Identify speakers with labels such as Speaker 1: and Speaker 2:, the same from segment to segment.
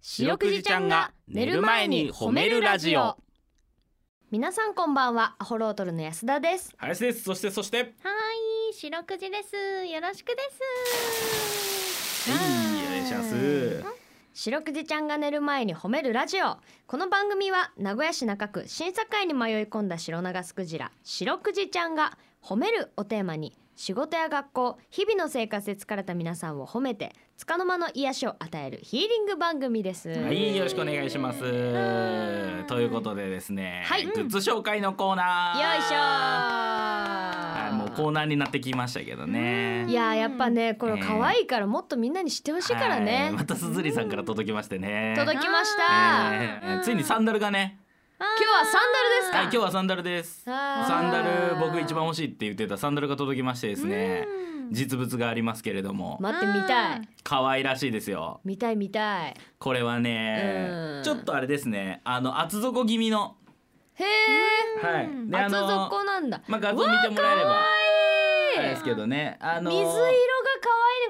Speaker 1: 白くじちゃんが寝る前に褒めるラジオ
Speaker 2: 皆さんこんばんはアホロートルの安田です
Speaker 1: 林ですそしてそして
Speaker 2: はーい白くじですよろしくです
Speaker 1: はいお願いします
Speaker 2: 白くじちゃんが寝る前に褒めるラジオこの番組は名古屋市中区審査会に迷い込んだ白長スクジラ白くじちゃんが褒めるをテーマに仕事や学校日々の生活で疲れた皆さんを褒めて束の間の癒しを与えるヒーリング番組です
Speaker 1: はいよろしくお願いしますということでですね
Speaker 2: はい
Speaker 1: グッズ紹介のコーナー
Speaker 2: よいしょ
Speaker 1: はい
Speaker 2: ー
Speaker 1: もうコーナーになってきましたけどね
Speaker 2: いやーやっぱねこれ
Speaker 1: ね
Speaker 2: 可愛いからもっとみんなに知ってほしいから
Speaker 1: はい
Speaker 2: ね
Speaker 1: またすずりさんから届きましてね
Speaker 2: 届きまし
Speaker 1: あ
Speaker 2: た
Speaker 1: ー
Speaker 2: 今
Speaker 1: えーついにサンダルがね
Speaker 2: 日はサン
Speaker 1: はい
Speaker 2: ダル
Speaker 1: 今
Speaker 2: です
Speaker 1: 日
Speaker 2: か
Speaker 1: はサンダルです
Speaker 2: あー
Speaker 1: サンダル僕一番欲しいって言ってたサンダルが届きましてですね
Speaker 3: うん
Speaker 1: 実物がありますけれども
Speaker 2: 待ってみた
Speaker 3: あー
Speaker 2: い
Speaker 1: 可愛らしいですよ
Speaker 2: 見たい見たい
Speaker 1: これは
Speaker 2: う
Speaker 1: ね
Speaker 2: ん
Speaker 1: ちょっとあれですねあの厚底気味の
Speaker 2: へえ
Speaker 1: はいであ
Speaker 2: 厚
Speaker 1: の
Speaker 2: 底なんだ
Speaker 1: まあ画像見てもらえれば
Speaker 2: い
Speaker 1: あれですけどねあの
Speaker 2: 水色が可愛いね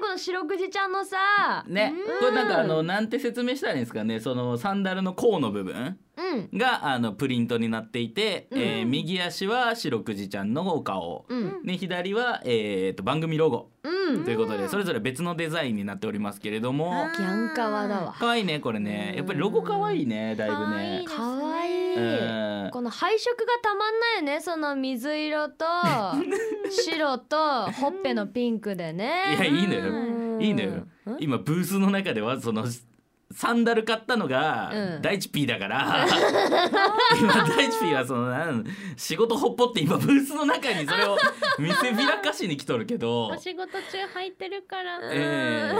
Speaker 2: この白くじちゃんのさ
Speaker 1: ね
Speaker 2: うん
Speaker 1: これなんかあのなんて説明したらいいんですかねそのサンダルの甲の部分
Speaker 2: うん
Speaker 1: があのプリントになっていて、えー
Speaker 2: うん
Speaker 1: 右足は白くじちゃんのお顔、
Speaker 2: うん
Speaker 1: で左は、えー、と番組ロゴ
Speaker 2: うん
Speaker 1: ということで、それぞれ別のデザインになっておりますけれども
Speaker 3: あ
Speaker 2: ギャンカワだわ
Speaker 1: 可愛いねこれね
Speaker 2: うん
Speaker 1: やっぱりロゴ可愛いねだいぶ
Speaker 3: 可愛
Speaker 1: ね
Speaker 3: いですね
Speaker 2: 可愛い
Speaker 1: う ん
Speaker 2: この配色がたまんないよねその水色 と白とほっぺのピンクでね
Speaker 1: いやいいのよ
Speaker 2: うん
Speaker 1: いいのよ
Speaker 2: うん
Speaker 1: 今ブースの中ではそのサンダル買ったのが
Speaker 2: うん
Speaker 1: 第一 P だから、 今第一 P はそのなん仕事ほっぽって今ブースの中にそれを見せびらかしに来とるけど
Speaker 3: お仕事中履いてるから。
Speaker 1: え
Speaker 2: あ
Speaker 1: ー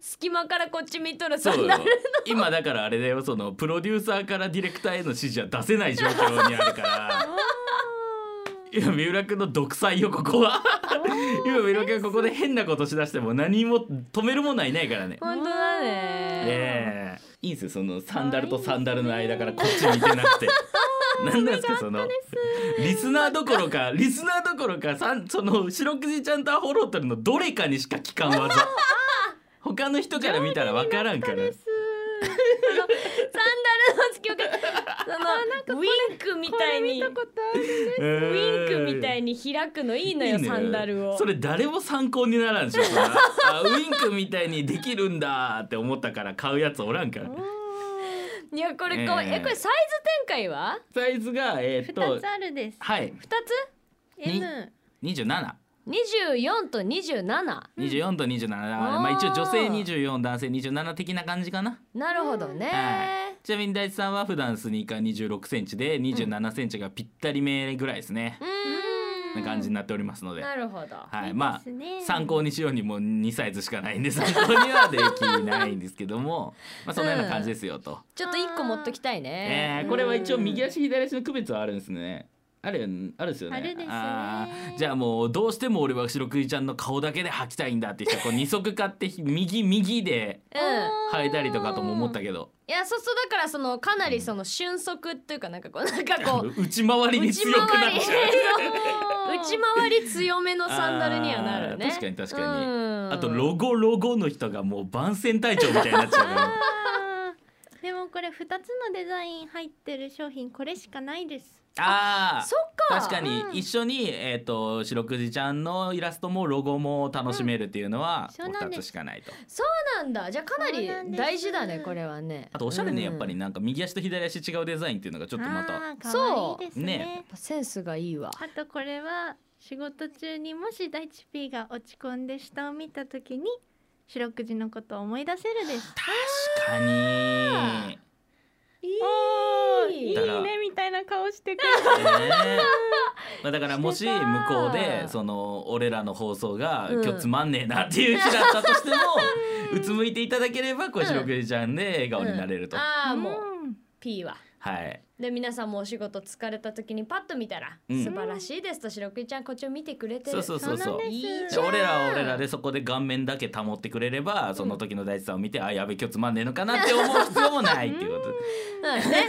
Speaker 2: 隙間からこっち見とる
Speaker 1: そう
Speaker 2: そん
Speaker 1: よ
Speaker 2: な
Speaker 1: 今だからあれだよそのプロデューサーからディレクターへの指示は出せない状況にあ るから今三浦君の独裁よここは今三浦君がここで変なことしだしても何も止めるものはいないからね。
Speaker 2: 本当だね
Speaker 1: ええいいんですよそのサンダルとサンダルの間からこっち見てな くて。なんなんですかそのリスナーどころかリスナーどころかさんその白くじちゃんとアホロートルのどれかにしか聞かん技 他の人から見たら分からんか
Speaker 2: サン
Speaker 1: ら
Speaker 2: ダルの隙間 からそのウィンクみたいにウ
Speaker 3: ことある。
Speaker 1: ウ
Speaker 2: ィンクみたいに開くのいいのよサンダルを
Speaker 1: それ誰も参考にならんでしょ そらあウィンクみたいにできるんだって思ったから買うやつおらんから
Speaker 2: いやこれかわいい
Speaker 1: ええ
Speaker 2: えこれサイズ展開は
Speaker 1: サイズがえーっ
Speaker 3: 二
Speaker 1: と
Speaker 3: つあるです。
Speaker 1: はい
Speaker 2: 二つ
Speaker 1: に
Speaker 3: M。
Speaker 1: 27
Speaker 2: 24と27な
Speaker 1: 24と27だから、まあ、
Speaker 2: あー
Speaker 1: 一応女性24男性27的な感じかな、
Speaker 2: るほどね
Speaker 1: ちなみに大地さんは普段スニーカー26センチで27センチがぴったりめぐらいですね、
Speaker 2: う
Speaker 1: な感じになっておりますの
Speaker 2: ーん
Speaker 1: で、
Speaker 2: なるほど
Speaker 1: はい
Speaker 3: いい
Speaker 1: まあ
Speaker 3: ですね
Speaker 1: 参考にしようにも2サイズしかないんで参考にはできないんですけどもまあそんなような感じですよと、
Speaker 2: ちょっと一個持っときたいね
Speaker 1: えーこれは一応右足左足の区別はあるんですねあるよねあるですよね
Speaker 3: あるですね
Speaker 1: あーじゃあもうどうしても俺は白クイちゃんの顔だけで履きたいんだって人はこう二足買って右右で
Speaker 2: うん
Speaker 1: 履いたりとかとも思った
Speaker 3: け
Speaker 1: けど
Speaker 2: いやそうそうだからそのかなりその瞬足っていうかなんか こうなんかこう
Speaker 1: 内回りに強くなっちゃう。
Speaker 3: ど
Speaker 2: 内回り強めのサンダルにはなるね
Speaker 1: あー確かに確かに
Speaker 2: うん
Speaker 1: あとロゴロゴの人がもう番宣隊長みたいになっちゃうから
Speaker 3: でもこれ二つのデザイン入ってる商品これしかないです。
Speaker 1: あー
Speaker 2: そっか
Speaker 1: 確かに
Speaker 3: うん
Speaker 1: 一緒に、えっ、と白くじちゃんのイラストもロゴも楽しめるっていうのは
Speaker 3: うんそうなん
Speaker 1: 2
Speaker 3: で
Speaker 1: つ
Speaker 3: す
Speaker 1: しかないと、
Speaker 2: そうなんだじゃあかなり
Speaker 3: そうなんです
Speaker 2: 大事だねこれはね
Speaker 1: あとおしゃれね、やっぱり
Speaker 2: うんや
Speaker 1: なんか右足と左足違うデザインっていうのがちょっとまた
Speaker 3: あー可愛いですね。
Speaker 1: ね
Speaker 2: っぱセンスがいいわ
Speaker 3: あとこれは仕事中にもし大地 P が落ち込んで下を見たときに白くじのことを思い出せるです。
Speaker 1: 確かに、
Speaker 2: い
Speaker 3: いい
Speaker 2: い
Speaker 1: だから
Speaker 3: ねみたいな顔してく
Speaker 1: えーまあだからもし向こうでその俺らの放送が
Speaker 2: うん
Speaker 1: 今日つまんねえなっていう日だったとしても、うつむいていただければこう
Speaker 2: うん
Speaker 1: 白くじちゃんで笑顔になれると、
Speaker 2: うんああ
Speaker 3: る。
Speaker 2: もう
Speaker 3: うん
Speaker 2: P は
Speaker 1: はい
Speaker 2: で皆さんもお仕事疲れた時にパッと見たら「
Speaker 1: うん
Speaker 2: 素晴らしいです」と白くいちゃんこっちを見てくれてる
Speaker 1: そうそうそうそう
Speaker 3: そうな
Speaker 1: ん
Speaker 3: です
Speaker 2: いい
Speaker 1: で
Speaker 2: じゃん
Speaker 1: 俺らは俺らでそこで顔面だけ保ってくれればその時の大地さんを見て、あやべ今日つまんねえのかなって思う必要もないっていうこと
Speaker 2: うんね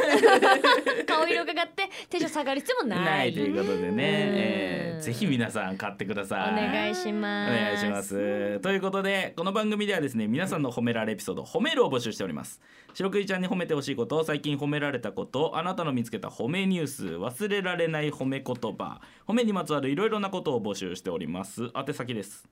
Speaker 2: 顔色ががってテンション下がる必要もない
Speaker 1: ないということで
Speaker 2: う
Speaker 1: ね、
Speaker 2: ん
Speaker 1: えーぜひ皆さん買ってください。
Speaker 2: お願いします。
Speaker 1: お願いしま。す。ということでこの番組ではですね皆さんの褒められエピソード褒めるを募集しております。白くじちゃんに褒めてほしいこと最近褒められたことあなたの見つけた褒めニュース忘れられない褒め言葉褒めにまつわるいろいろなことを募集しております。宛先です。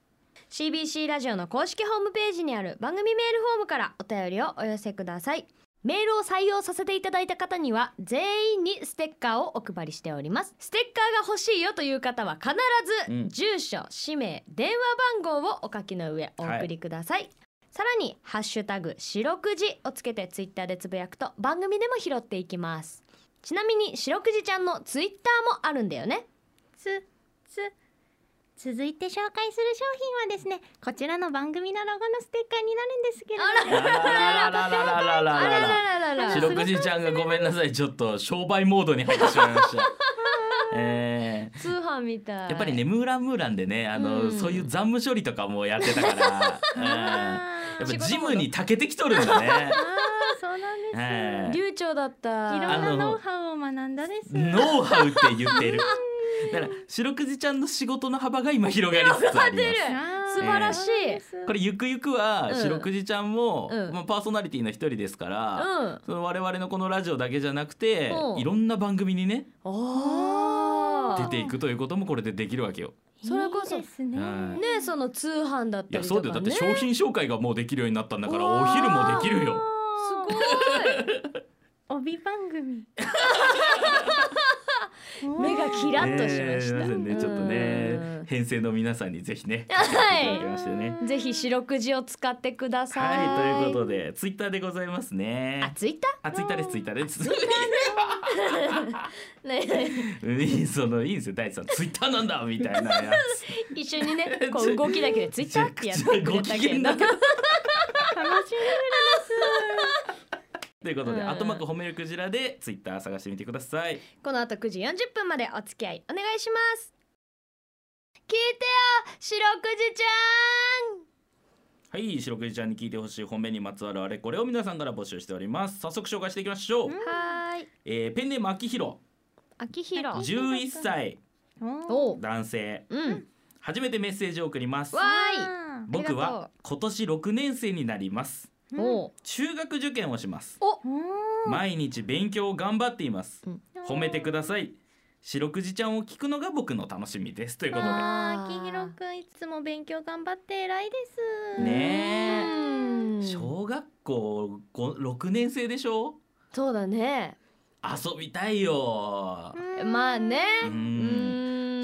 Speaker 2: CBC ラジオの公式ホームページにある番組メールフォームからお便りをお寄せくださいメールを採用させていただいた方には全員にステッカーをお配りしておりますステッカーが欲しいよという方は必
Speaker 1: うん
Speaker 2: ず住所、氏名電話番号をお書きの上お送りください、さらに「ハッシュタグ四六時」をつけてツイッターでつぶやくと番組でも拾っていきますちなみに四くじちゃんのツイッターもあるんだよね
Speaker 3: つつ続いて紹介する商品はですねこちらの番組のロゴのステッカーになるんですけれど
Speaker 2: あ
Speaker 1: あらららららら
Speaker 2: あらら
Speaker 1: ら
Speaker 2: ららら
Speaker 1: 白くじちゃんがごめんなさいちょっと商売モードに入ってしまいました。えー
Speaker 2: 通販みたい
Speaker 1: やっぱりね「ムーランムーラン」でねあの、
Speaker 2: うん
Speaker 1: そういう残務処理とかもやってたから、うん、や
Speaker 3: あ
Speaker 1: っぱ
Speaker 3: ー
Speaker 2: 仕事モード
Speaker 1: ジムに長けてきとるんだね。
Speaker 3: あーそうなんです、
Speaker 1: はい
Speaker 2: 流暢だった
Speaker 3: いろ ん
Speaker 1: あ
Speaker 3: な
Speaker 1: の
Speaker 3: ノウハウを学んだです
Speaker 1: ノウハウって言ってる。だから白くじちゃんの仕事の幅が今広がりつつあ
Speaker 2: 広がっ
Speaker 1: りま
Speaker 2: て
Speaker 1: す。
Speaker 2: 素
Speaker 1: 晴ら
Speaker 2: しい
Speaker 1: これゆくゆくは
Speaker 2: うん
Speaker 1: 白くじちゃんも、
Speaker 2: うん
Speaker 1: まあ、パーソナリティの一人ですから、
Speaker 2: うん
Speaker 1: その我々のこのラジオだけじゃなくて
Speaker 2: うん
Speaker 1: いろんな番組にね
Speaker 2: お
Speaker 1: 出
Speaker 2: ー
Speaker 1: ていくということもこれでできるわけよ。
Speaker 2: それこそ
Speaker 3: いいですね
Speaker 1: はい
Speaker 2: ねその通販だっ
Speaker 1: い
Speaker 2: た
Speaker 1: や
Speaker 2: り
Speaker 1: そう
Speaker 2: と
Speaker 1: だよ
Speaker 2: か
Speaker 1: だって
Speaker 2: ねす
Speaker 1: 商品紹介がもうできるようになったんだから
Speaker 2: うわ
Speaker 1: お
Speaker 2: ー
Speaker 1: 昼もできるよ。
Speaker 2: ごい
Speaker 3: 帯番組
Speaker 2: 目がキラッとしまし
Speaker 1: ねえ
Speaker 2: た、
Speaker 1: すいませんねちょっと
Speaker 2: う
Speaker 1: ね
Speaker 2: ん
Speaker 1: 編成の皆さんにぜひね
Speaker 2: はい
Speaker 1: 助けていただきましてね。
Speaker 2: ぜひ四六時を使ってください
Speaker 1: はいということ
Speaker 2: で
Speaker 1: でツイッターでございます
Speaker 2: あ
Speaker 1: ね。
Speaker 2: ツイッ
Speaker 1: あツイッターですツイッターです。
Speaker 2: ター ね
Speaker 1: うんいいそのいいんですよ大地さんツイッターなんだみたいなや つ。
Speaker 2: 一緒に ねこう動きだけでツイッターってやって
Speaker 1: めちゃ
Speaker 2: く
Speaker 1: くち
Speaker 2: れた
Speaker 1: ゃご機
Speaker 2: け
Speaker 1: 嫌だ
Speaker 2: ど
Speaker 1: けど。
Speaker 3: 楽し
Speaker 1: ということで
Speaker 2: うん
Speaker 1: 後幕褒めるクジラでツイッター探してみてください。
Speaker 2: この後9時40分までお付き合いお願いします聞いてよ白くじち
Speaker 1: はい白くじちゃんに聞いてほしい本命にまつわるあれこれを皆さんから募集しております。早速紹介していきましょ
Speaker 2: ゃ
Speaker 1: う。
Speaker 2: んはい
Speaker 1: えーペンネームあきひろ
Speaker 2: 秋広
Speaker 3: 秋
Speaker 1: 11歳
Speaker 3: みなる
Speaker 2: おう
Speaker 1: 男性
Speaker 2: うん
Speaker 1: 初めてメッセージを送ります
Speaker 2: わ。
Speaker 1: 僕
Speaker 2: ありがと
Speaker 1: は今年6年生になります。
Speaker 2: おう
Speaker 1: 中学受験をします。
Speaker 3: お
Speaker 1: 毎日勉強を頑張っています、
Speaker 2: うん
Speaker 1: 褒めてください白くじちゃんを聞くのが僕の楽しみですということで
Speaker 3: あー、きひろくんいつも勉強頑張って偉いです。
Speaker 1: ねえ
Speaker 2: うん
Speaker 1: 小学校6年生でしょ
Speaker 2: そうだね
Speaker 1: 遊びたいよ
Speaker 3: うん
Speaker 2: まあね
Speaker 1: うん
Speaker 2: う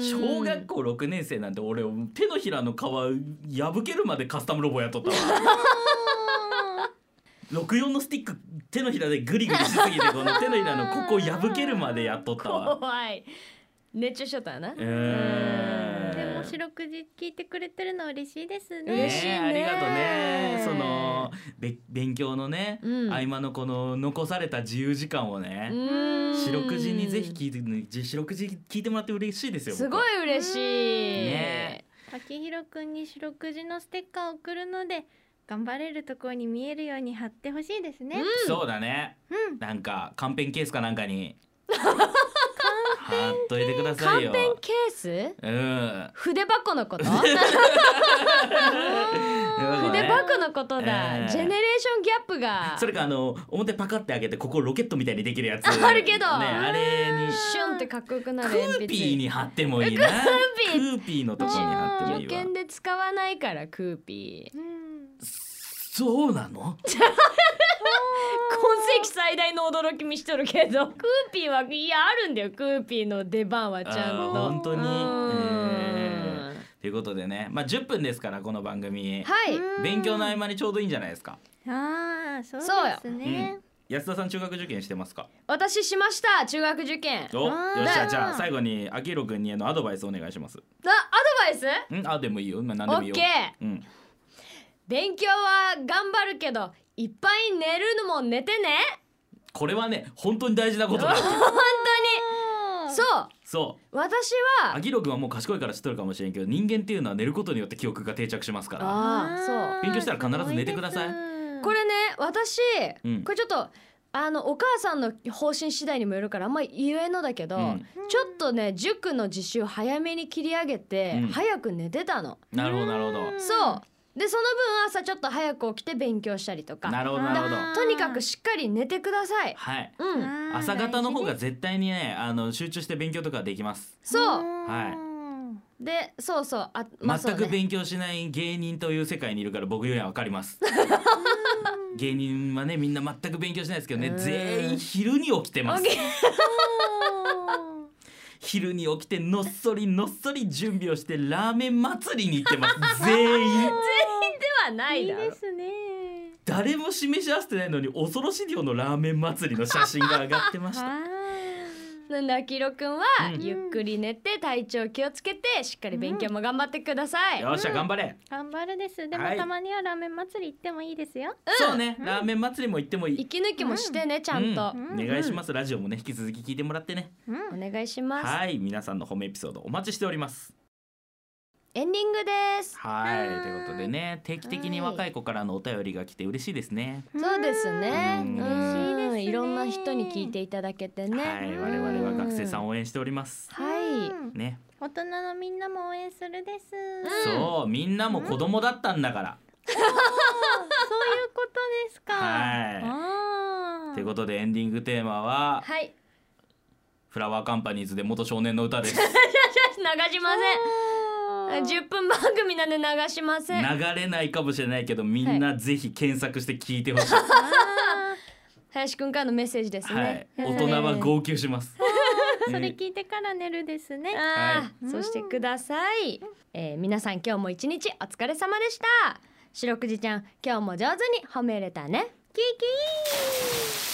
Speaker 2: ん
Speaker 1: 小学校6年生なんて俺手のひらの皮破けるまでカスタムロボやっとったわ64のスティック手のひらでグリグリしすぎてこの手のひらのここ破けるまでやっとっ たわ
Speaker 2: 怖い熱中症だな
Speaker 1: うーん
Speaker 3: でも白くじ聞いてくれてるの嬉しいですね。
Speaker 2: 嬉しいね
Speaker 1: ありがとうねそのべ勉強のね、
Speaker 2: うん
Speaker 1: 合間のこの残された自由時間をね、四六時にぜひ聞いてじ四六時聞いてもらって嬉しいですよ
Speaker 2: す
Speaker 1: 僕
Speaker 2: ご
Speaker 1: はい
Speaker 2: 嬉しい
Speaker 1: ね
Speaker 3: あきひろくんに白くじのステッカーを送るので、頑張れるところに見えるように貼ってほしいですね。
Speaker 1: そうだね
Speaker 3: うん。
Speaker 1: なんかカンペンケースかなんかに貼っといてくださ
Speaker 2: カン
Speaker 1: い
Speaker 2: ペン
Speaker 1: よ
Speaker 2: ケース
Speaker 1: うん
Speaker 2: 筆箱の こと
Speaker 1: で
Speaker 2: 筆
Speaker 1: もね
Speaker 2: 箱のことだ、
Speaker 1: ええ
Speaker 2: ジェネレーションギャップが
Speaker 1: それかあの表パカって開けてここロケットみたいにできるやつ
Speaker 2: あるけど
Speaker 1: ねあれに
Speaker 2: シュンってかっこよくなる
Speaker 1: クーピーに貼ってもいいなク
Speaker 2: ーピー
Speaker 1: ーピーのとこに貼ってもい
Speaker 2: 予
Speaker 1: いわ
Speaker 2: 見で使わないからクーピー
Speaker 3: うん。
Speaker 1: そうなの
Speaker 2: 今世紀最大の驚き見しとるけど クーピーはいやあるんだよクーピーの出番はちゃん
Speaker 1: あー
Speaker 2: と
Speaker 1: 本当に、
Speaker 2: うん
Speaker 1: えーということでねまあ10分ですからこの番組、
Speaker 2: はい、
Speaker 3: うん
Speaker 1: 勉強の合間にちょうどいいんじゃないですか
Speaker 3: ああ、そう
Speaker 2: そうよ
Speaker 3: ですね。
Speaker 1: 安田さん中学受験してますか
Speaker 2: 私しました中学受験あ
Speaker 1: およ
Speaker 3: あー
Speaker 1: っしゃじゃあ最後にあきひろくんにあのアドバイスお願いします
Speaker 2: アドバイス
Speaker 1: んあでもいいよ今何
Speaker 2: オ
Speaker 1: でも
Speaker 2: ッ
Speaker 1: いいよ
Speaker 2: ケー
Speaker 1: うん
Speaker 2: 勉強は頑張るけどいっぱい寝るのも寝てね
Speaker 1: これはね本当に大事なことだ
Speaker 2: そう
Speaker 1: そう
Speaker 2: 私は
Speaker 1: あきひろくんはもう賢いから知っとるかもしれんけど人間っていうのは寝ることによって記憶が定着しますから
Speaker 2: ああそう
Speaker 1: 勉強したら必ず寝てください
Speaker 2: こ
Speaker 3: れ
Speaker 2: れね私、
Speaker 1: うん
Speaker 2: これちょっとあのお母さんの方針次第にもよるからあんま言えんのだけど、
Speaker 1: うん
Speaker 2: ちょっとね塾の自習早めに切り上げて、
Speaker 1: うん
Speaker 2: 早く寝てたの、
Speaker 1: なるほどなるほど
Speaker 3: うん
Speaker 2: そうでその分朝ちょっと早く起きて勉強したりと
Speaker 1: な
Speaker 2: か
Speaker 1: るほどなるほど
Speaker 3: あー
Speaker 2: とにかくしっかり寝てください
Speaker 1: はい
Speaker 2: うん
Speaker 1: 朝方の方が絶対にねあの集中して勉強とかできます
Speaker 2: そう
Speaker 3: は
Speaker 2: でそうそうあ、あそう
Speaker 1: 全
Speaker 2: ね
Speaker 1: く勉強しない芸人という世界にいるから僕よりは分か ります芸人はねみんな全く勉強しないですけどね
Speaker 2: うん
Speaker 1: 全員昼に起きてます
Speaker 2: OK
Speaker 1: 昼に起きてのっそりのっそり準備をしてラーメン祭りに行ってま す全員
Speaker 2: ではない
Speaker 3: いい
Speaker 2: だろ
Speaker 3: ですね。
Speaker 1: 誰も示し合わせてないのに恐ろしい量のラーメン祭りの写真が上がってました
Speaker 3: は
Speaker 2: なんであきろくんは、
Speaker 1: うん
Speaker 2: ゆっくり寝て体調気をつけてしっかり勉強も頑張ってください、
Speaker 1: よっしゃ頑張れ、
Speaker 3: い。頑張るです。でも
Speaker 1: はい
Speaker 3: たまにはラーメン祭り行ってもいいですよ。
Speaker 1: そうね、ラーメン祭りも行ってもいい
Speaker 2: 息抜きもしてね、ちゃんと、
Speaker 1: うお願いしますラジオもね引き続き聞いてもらってね
Speaker 3: うん。
Speaker 2: お願いします、
Speaker 1: はい皆さんの褒めエピソードお待ちしております
Speaker 2: エンディングです
Speaker 1: はい
Speaker 3: はい
Speaker 1: ということでね定期的に
Speaker 2: はい
Speaker 1: 若い子からのお便りが来て嬉しいですね
Speaker 2: そうですね
Speaker 1: うん
Speaker 2: うん
Speaker 3: 嬉しいですね
Speaker 2: いろんな人に聞いていただけてね
Speaker 1: はい我々は学生さん
Speaker 2: を
Speaker 1: を応援しております
Speaker 2: はい
Speaker 3: うん
Speaker 1: ね、
Speaker 3: 大人のみんなも応援するです。
Speaker 2: ん
Speaker 3: そういう
Speaker 1: そうみんなも子供だったんだから、
Speaker 3: ことですか。
Speaker 1: はい
Speaker 3: あー
Speaker 1: ということでエンディングテーマは
Speaker 2: はい
Speaker 1: フラワーカンパニーズで元少年の歌です
Speaker 2: 流しません
Speaker 3: そう
Speaker 2: 10分番組なんで流しませんは
Speaker 1: 流れないかもしれないけどみんなぜひ検索して聞いてほしい、
Speaker 3: あ
Speaker 2: 林くんからのメッセージです
Speaker 1: はい
Speaker 2: ね、
Speaker 1: 大人は号泣します、
Speaker 3: ーそれ
Speaker 1: ね
Speaker 3: 聞いてから寝るですね。
Speaker 2: あー
Speaker 3: はい
Speaker 2: そうしてください、えー皆さん今日も一日お疲れ様でした白くじちゃん今日も上手に褒めれたねキーキー